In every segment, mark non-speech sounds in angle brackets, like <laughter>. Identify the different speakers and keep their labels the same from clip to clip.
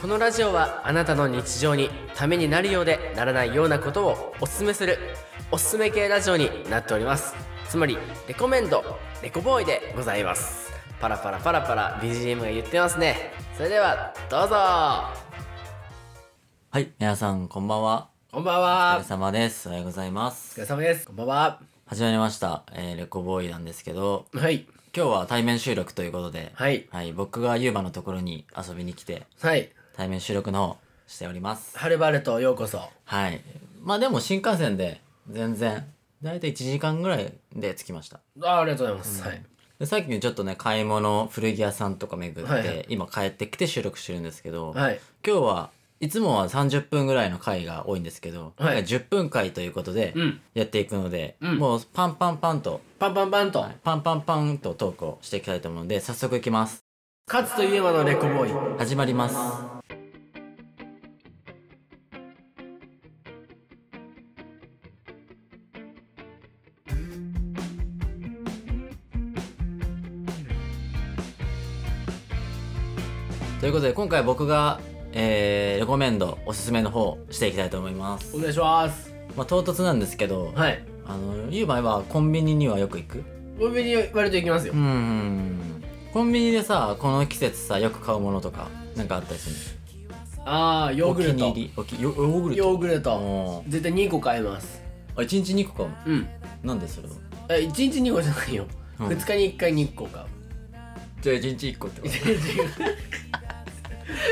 Speaker 1: このラジオはあなたの日常にためになるようでならないようなことをおすすめするおすすめ系ラジオになっておりますつまりレコメンドレコボーイでございますパラパラパラパラ BGM が言ってますねそれではどうぞ
Speaker 2: はい、皆さん、こんばんは。
Speaker 1: こんばん
Speaker 2: お疲れ
Speaker 1: は
Speaker 2: 様です。おはようございま
Speaker 1: お疲
Speaker 2: す。
Speaker 1: れ様ですこんばんは
Speaker 2: 始まりました。えー、レコボーイなんですけど、
Speaker 1: はい
Speaker 2: 今日は対面収録ということで、
Speaker 1: はい
Speaker 2: 僕がユーマのところに遊びに来て、
Speaker 1: はい
Speaker 2: 対面収録の方しております。
Speaker 1: はるばるとようこそ
Speaker 2: はい。まあでも新幹線で、全然、だいたい1時間ぐらいで着きました。
Speaker 1: あありがとうございます、はい
Speaker 2: でさっきちょっとね、買い物、古着屋さんとか巡って、
Speaker 1: はいはい
Speaker 2: 今帰ってきて収録してるんですけど、
Speaker 1: はい
Speaker 2: 今日はいつもは30分ぐらいの回が多いんですけど、
Speaker 1: はい
Speaker 2: 今回10分回ということで
Speaker 1: うん
Speaker 2: やっていくので、
Speaker 1: うん
Speaker 2: もうパンパンパンと、
Speaker 1: パンパンパンと、
Speaker 2: パンパンパンとトークをしていきたいと思うので早速いきます
Speaker 1: 勝つといえばのレコボーイ
Speaker 2: 始まりますということで今回僕が、えーレコメンドおすすめの方していきたいと思います
Speaker 1: お、願いします
Speaker 2: まあ、唐突なんですけど、
Speaker 1: はい
Speaker 2: あのゆうばいはコンビニにはよく行く
Speaker 1: コンビニ割と行きますよ
Speaker 2: うんうんうんコンビニでさこの季節さよく買うものとかなんかあったりする
Speaker 1: ああヨーグル
Speaker 2: お
Speaker 1: ト
Speaker 2: 気に入りおきヨヨーグルト
Speaker 1: ヨーグルト
Speaker 2: おー
Speaker 1: 絶対2個買えます
Speaker 2: あ一日二個買うの
Speaker 1: うん
Speaker 2: なんでそれを
Speaker 1: え1日2個じゃないよ、
Speaker 2: うん
Speaker 1: 2日に1回2個買う
Speaker 2: じゃあ一日一個ってこ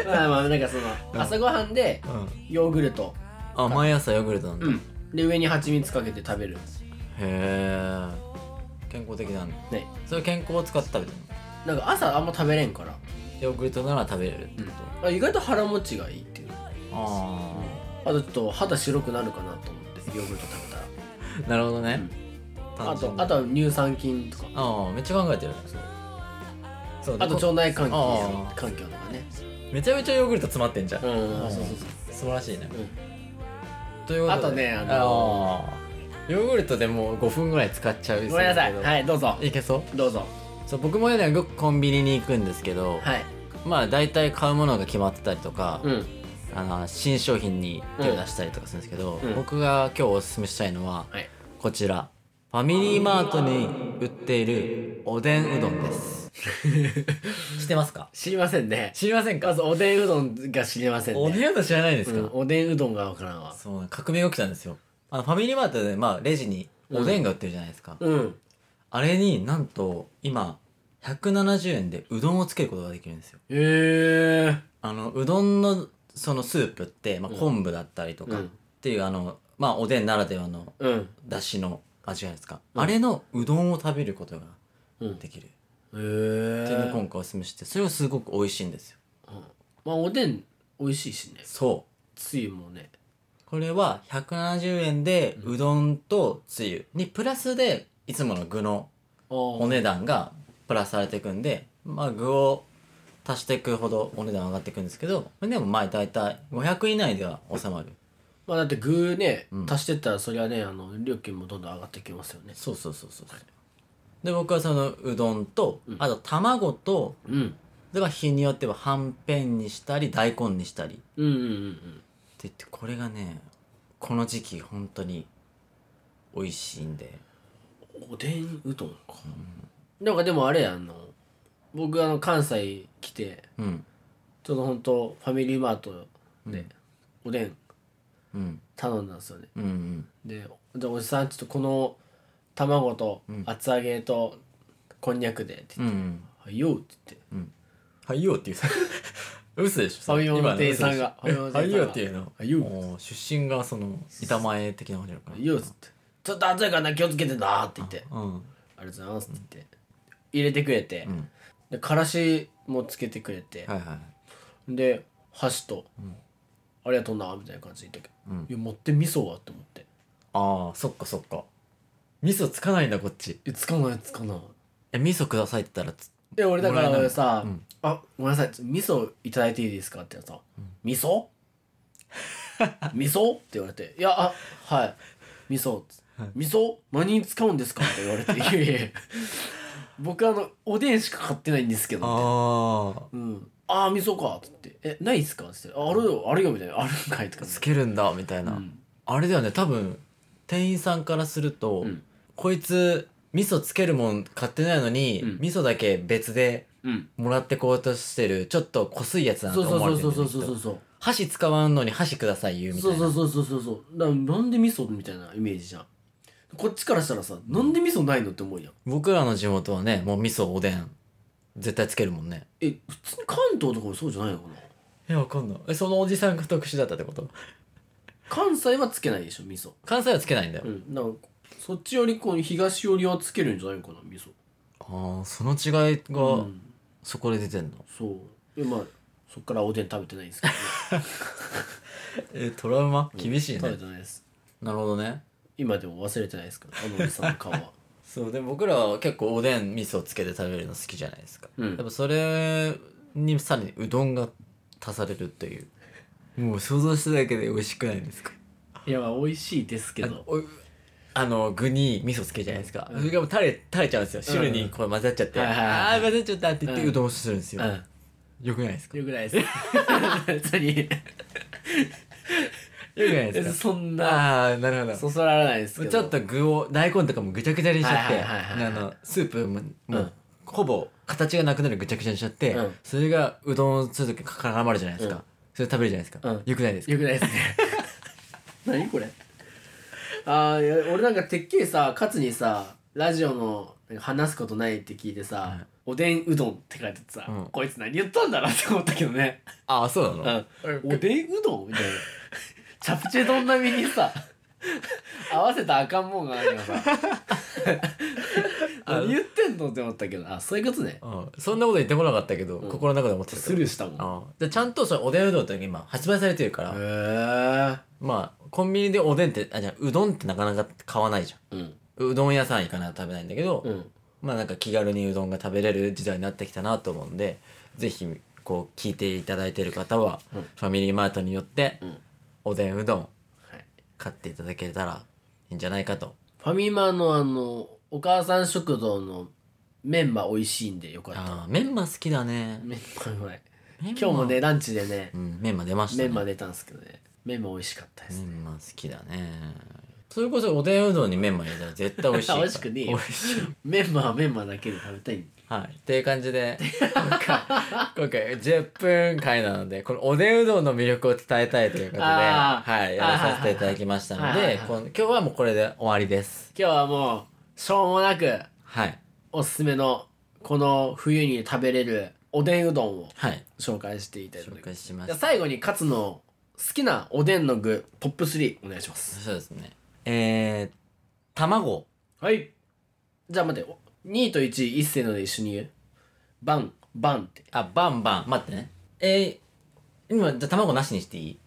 Speaker 1: まあまあなんかその朝ごはんで
Speaker 2: とうん
Speaker 1: ヨーグルト
Speaker 2: あ毎朝ヨーグルトなんだ、
Speaker 1: う
Speaker 2: へ
Speaker 1: んで上に蜂蜜かけて食べる
Speaker 2: え健康的だね
Speaker 1: ね
Speaker 2: それ健康を使って食べてる
Speaker 1: なんか朝あんま食べれんから
Speaker 2: のヨーグルトなら食べれるってこと、
Speaker 1: あ意外と腹持ちがいいっていう
Speaker 2: あ
Speaker 1: あとちょっと肌白くなるかなと思ってヨーグルト食べたら
Speaker 2: あなるほどね、
Speaker 1: あ
Speaker 2: 単純
Speaker 1: と
Speaker 2: だ
Speaker 1: あとは乳酸菌とか
Speaker 2: ああめっちゃ考えてるねそう
Speaker 1: あと腸
Speaker 2: と
Speaker 1: 内環境
Speaker 2: あー
Speaker 1: 環境とかね
Speaker 2: めちゃめちゃヨーグルト詰まってんじゃん、
Speaker 1: うん
Speaker 2: あー
Speaker 1: そうそう
Speaker 2: 素晴らしいね
Speaker 1: そう、うん
Speaker 2: ということで
Speaker 1: あとねあ
Speaker 2: あ
Speaker 1: の
Speaker 2: ーヨーグルトでもう5分ぐらい使っちゃう
Speaker 1: ごめんなさい
Speaker 2: い
Speaker 1: はいどうぞ
Speaker 2: いけそう
Speaker 1: どうぞ
Speaker 2: そう僕もねよくコンビニに行くんですけど、
Speaker 1: はい
Speaker 2: まあ大体買うものが決まってたりとか、
Speaker 1: うん
Speaker 2: あの新商品に手を出したりとかするんですけど、
Speaker 1: うん
Speaker 2: 僕が今日おすすめしたいのは
Speaker 1: はい
Speaker 2: こちらファミリーマートに売っているおでんうどんです知ってますか
Speaker 1: <laughs> 知りませんね
Speaker 2: 知りません
Speaker 1: ま
Speaker 2: か
Speaker 1: ずおでんうどんが知りませんね
Speaker 2: おでんうどん知らないですか、
Speaker 1: うんおでんうどんがわからんわ
Speaker 2: そう革命が起きたんですよあのファミリーマートで、まあ、レジにおでんが売ってるじゃないですか、
Speaker 1: うん
Speaker 2: あれになんと今170円でうどんをつけることができるんですよ
Speaker 1: へえ
Speaker 2: あのうどんのそのスープって、まあ、昆布だったりとか
Speaker 1: うん
Speaker 2: っていう、あのまあおでんならではの
Speaker 1: うん
Speaker 2: だしの味じゃないですか、あれのうどんを食べることが
Speaker 1: うん
Speaker 2: でき
Speaker 1: へ
Speaker 2: る、っていうのを
Speaker 1: え
Speaker 2: 今回おすすめしてそれがすごく美味しいんですよ
Speaker 1: まあおでん美味しいしね
Speaker 2: そ
Speaker 1: つゆもね
Speaker 2: うこれは170円でうどんとつゆにプラスでいつもの具のお
Speaker 1: お
Speaker 2: 値段がプラスされていくんで、まあ、具を足していくほどお値段上がっていくんですけどでもまあ大体500以内では収まる
Speaker 1: まあだって具ね
Speaker 2: うん
Speaker 1: 足してったらそりゃねあの料金もどんどん上がってきますよね
Speaker 2: そうそうそうそうそうで僕はそのうどんと、
Speaker 1: うん
Speaker 2: あと卵と
Speaker 1: うん
Speaker 2: では日によってははんぺんにしたり大根にしたりって
Speaker 1: うんうんうん
Speaker 2: 言ってこれがねこの時期本当に美味しいんで
Speaker 1: うんおでんうどんかなんかでもあれやあの僕あの関西来て
Speaker 2: うん
Speaker 1: ちょうど本当ファミリーマート
Speaker 2: ね
Speaker 1: おでん
Speaker 2: うん
Speaker 1: 頼んだんですよね
Speaker 2: うんうん
Speaker 1: ででおじさんちょっとこの卵と
Speaker 2: うん
Speaker 1: 厚揚げとこんにゃくでって
Speaker 2: うんうん
Speaker 1: 「はいよ」って言って
Speaker 2: はいよっていうさ嘘でしょ
Speaker 1: ファミマの店員さんが
Speaker 2: 今の
Speaker 1: ファ
Speaker 2: 嘘
Speaker 1: ミマ
Speaker 2: でしょえはいよ
Speaker 1: の
Speaker 2: って
Speaker 1: 店
Speaker 2: いうの
Speaker 1: はいよ
Speaker 2: もう出身がその板前的な感じなの
Speaker 1: 「
Speaker 2: かな
Speaker 1: はいよ」っつって「ちょっと熱いからな気をつけてな」って言って
Speaker 2: うん
Speaker 1: 「ありがとうございます」って言って入れてくれて、
Speaker 2: うん
Speaker 1: でからしもつけてくれて、
Speaker 2: はいはい
Speaker 1: で箸と、ありがとうな」みたいな感じで言ったけど、いや持って味噌はと思って
Speaker 2: ああそっかそっか味噌つかないんだこっち
Speaker 1: 「えつかないつかない」
Speaker 2: え味噌くださいって言ったらつ
Speaker 1: で俺だから
Speaker 2: もらえない
Speaker 1: 俺さ、
Speaker 2: うん
Speaker 1: あごめんなさいちょ味噌いただいていいですか?」って言ったらさ「味
Speaker 2: <laughs>
Speaker 1: 噌味噌?」って言われて「いやあはい味噌」味噌何に使うんですか?」って言われて「い
Speaker 2: <laughs>
Speaker 1: やいや僕あのおでんしか買ってないんですけど」
Speaker 2: ああ
Speaker 1: うん、ああ、水か」っつって「えないっすか?」っつって「あるよあるよ」みたいな「あるんかい」とか
Speaker 2: つけるんだみたいな、
Speaker 1: うん
Speaker 2: あれだよね多分店員さんからすると、
Speaker 1: うん
Speaker 2: こいつ味噌つけるもん買ってないのに、
Speaker 1: うん
Speaker 2: 味噌だけ別で
Speaker 1: うん
Speaker 2: もらってこうとしてるちょっとこすいやつだな
Speaker 1: そ
Speaker 2: と
Speaker 1: う
Speaker 2: 思わ
Speaker 1: そ
Speaker 2: れ
Speaker 1: う
Speaker 2: て
Speaker 1: そ
Speaker 2: る
Speaker 1: うそうそうそうそう
Speaker 2: 箸使わんのに箸ください言うみたい
Speaker 1: そう
Speaker 2: な
Speaker 1: そうそうそうそうそうだからなんで味噌みたいなイメージじゃんこっちからしたらさなんで味噌ないのって思うやん
Speaker 2: 僕らの地元はねもう味噌おでん絶対つけるもんね
Speaker 1: え普通に関東とかもそうじゃないのかな
Speaker 2: えわかんないえそのおじさんが特殊だったってこと
Speaker 1: 関西はつけないでしょ味噌
Speaker 2: 関西はつけないんだよ、
Speaker 1: うんだからそっちよりこう東寄りはつけるんじゃないのかな味噌
Speaker 2: ああその違い
Speaker 1: う
Speaker 2: が
Speaker 1: ん
Speaker 2: そこで出てんの、
Speaker 1: そうでまあそっからおでん食べてないんですけどね、
Speaker 2: えトラウマ厳しい
Speaker 1: 食
Speaker 2: ね
Speaker 1: べ、て <laughs> ないです
Speaker 2: なるほどね
Speaker 1: 今でも忘れてないですからあのおじさんの顔は
Speaker 2: そうで僕らは結構おでん味噌つけて食べるの好きじゃないですか、
Speaker 1: うん
Speaker 2: やっぱそれにさらにうどんが足されるっていうもう想像しただけで美味しくないですか
Speaker 1: <laughs> いやまあ美味しいですけ
Speaker 2: あ
Speaker 1: ど
Speaker 2: のおあの具に味噌つけるじゃないですか、
Speaker 1: うん
Speaker 2: それがもう垂れ垂れちゃうんですよ
Speaker 1: うん
Speaker 2: 汁にこう混ざっちゃって、
Speaker 1: はいはいはい
Speaker 2: ああー混ざっちゃったって言って
Speaker 1: うん
Speaker 2: うどんをするんです
Speaker 1: う
Speaker 2: よ、
Speaker 1: ん
Speaker 2: よくないですかよ
Speaker 1: よくないです <laughs> 別に
Speaker 2: くないですか
Speaker 1: そんな
Speaker 2: ああなるほ
Speaker 1: そそられないですけど
Speaker 2: どちょっと具を大根とかもぐちゃぐちゃにしちゃっ
Speaker 1: はいはいはい
Speaker 2: て
Speaker 1: は
Speaker 2: あ
Speaker 1: い
Speaker 2: のスープももう、
Speaker 1: うん
Speaker 2: ほぼ形がなくなるぐちゃぐちゃにしちゃって、
Speaker 1: うん
Speaker 2: それがうどんをする時絡まるじゃないですか、
Speaker 1: うん
Speaker 2: それ食べるじゃないですか、
Speaker 1: うん
Speaker 2: よくないですか
Speaker 1: よくないですね <laughs> 何これああ俺なんかてっきりさ勝にさラジオのなんか話すことないって聞いてさ、
Speaker 2: はい
Speaker 1: おでんうどんって書いててさ、
Speaker 2: うん
Speaker 1: こいつ何言ったんだろうって思ったけどね、
Speaker 2: ああそうなの、
Speaker 1: おでんうどんみたいなチャプチェ丼並みに <laughs> さ合わせたらあかんもんがある <laughs> からさ何言ってんのって思ったけどあそういうことね
Speaker 2: うんそんなこと言ってこなかったけど、
Speaker 1: うん
Speaker 2: 心の中で思ってた
Speaker 1: スルーしたもんへ
Speaker 2: あでちゃんとそれおでんうどんって今発売されてるから、
Speaker 1: え
Speaker 2: まあコンビニでおでんってあじゃあうどんってなかなか買わないじゃん
Speaker 1: うん
Speaker 2: うどん屋さん行かないと食べないんだけど、
Speaker 1: うん
Speaker 2: まあなんか気軽にうどんが食べれる時代になってきたなと思うんでぜひこう聞いていただいてる方は、
Speaker 1: うん
Speaker 2: ファミリーマートによって
Speaker 1: うん
Speaker 2: おでんうどん
Speaker 1: はい
Speaker 2: 買っていただけたらいいんじゃないかと
Speaker 1: ファミマのあの、お母さん食堂のメンマ美味しいんでよかった。
Speaker 2: あーメンマ好きだね
Speaker 1: メンマうまい。
Speaker 2: 今
Speaker 1: 今日もね、ランチでね
Speaker 2: う、ん、メンマ出ました
Speaker 1: メ
Speaker 2: ね
Speaker 1: ンマ出たんですけどね。メンマ美味しかったです。
Speaker 2: メンマ好きだねそれこそおでんうどんにメンマ入れたら絶対美味しい
Speaker 1: <laughs> 美味しくねえ
Speaker 2: 美
Speaker 1: よ
Speaker 2: 味しい
Speaker 1: メンマはメンマだけで食べたい。
Speaker 2: はい。っていう感
Speaker 1: <laughs>
Speaker 2: じで、今回、今回10分回なので、このおでんうどんの魅力を伝えたいということで、
Speaker 1: あー
Speaker 2: はい、やらさせていただきましたの
Speaker 1: はいはい
Speaker 2: で
Speaker 1: は、い
Speaker 2: こん今日はもうこれで終わりです。
Speaker 1: 今日はもう、しょうもなく、
Speaker 2: はい。
Speaker 1: おすすめの、この冬に食べれるおでんうどんを
Speaker 2: はい。
Speaker 1: 紹介していただき
Speaker 2: 紹
Speaker 1: ます。
Speaker 2: 介しま
Speaker 1: じゃあ
Speaker 2: す。
Speaker 1: 最後に、勝の好きなおでんの具、トップ3お願いします。
Speaker 2: そうですね。えー、卵。
Speaker 1: はい。じゃあ待って、2と1、一斉ので一緒に言う。バン、バンって。
Speaker 2: あ、バンバン。待ってね。えー、今、じゃあ卵なしにしていい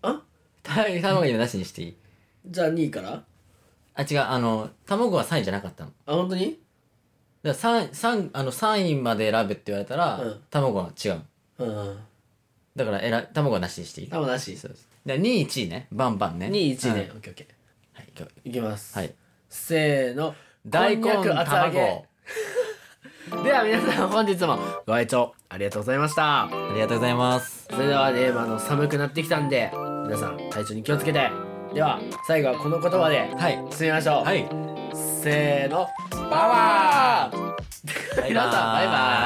Speaker 1: あ
Speaker 2: た卵今なしにしていい
Speaker 1: じゃあ2位から
Speaker 2: あ、違う、あの、卵は3位じゃなかったの。
Speaker 1: あ、本当に
Speaker 2: だから3、三あの、3位まで選べって言われたら、
Speaker 1: うん
Speaker 2: 卵は違う。
Speaker 1: うん。
Speaker 2: だから、えら、卵はなしにしていい
Speaker 1: 多分なし。
Speaker 2: そう
Speaker 1: 2
Speaker 2: です。で、2、1位ね。バンバンね。
Speaker 1: 位、1位ね。
Speaker 2: うん。
Speaker 1: オッケーオッケ
Speaker 2: はい、今日
Speaker 1: ー。いきます。
Speaker 2: はい。
Speaker 1: せーの。
Speaker 2: 大
Speaker 1: こんに
Speaker 2: 根、
Speaker 1: ゃく厚揚げ
Speaker 2: 卵。
Speaker 1: では皆さん本日もご愛聴ありがとうございました。
Speaker 2: ありがとうございます。
Speaker 1: それではね、まああの寒くなってきたんで、皆さん体調に気をつけて。では、最後はこの言葉で、
Speaker 2: はい。
Speaker 1: 進みましょう。
Speaker 2: はい。
Speaker 1: せーの。
Speaker 2: パワ
Speaker 1: 皆さん、
Speaker 2: ー
Speaker 1: バイバイ。